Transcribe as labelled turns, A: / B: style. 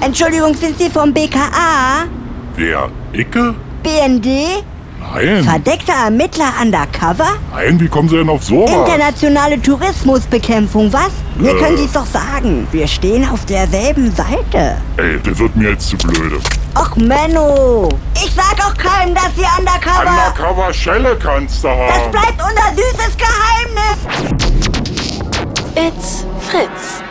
A: Entschuldigung, sind Sie vom BKA?
B: Wer? Icke?
A: BND?
B: Nein.
A: Verdeckter Ermittler undercover?
B: Nein, wie kommen Sie denn auf sowas?
A: Internationale Tourismusbekämpfung, was? Mir
B: Oh, Äh.
A: können Sie es doch sagen. Wir stehen auf derselben Seite.
B: Ey, der wird mir jetzt zu blöde.
A: Och, Menno. Ich sag auch keinem, dass Sie undercover...
B: Undercover Schelle kannst du
A: das
B: haben.
A: bleibt unser süßes Geheimnis.
C: It's Fritz.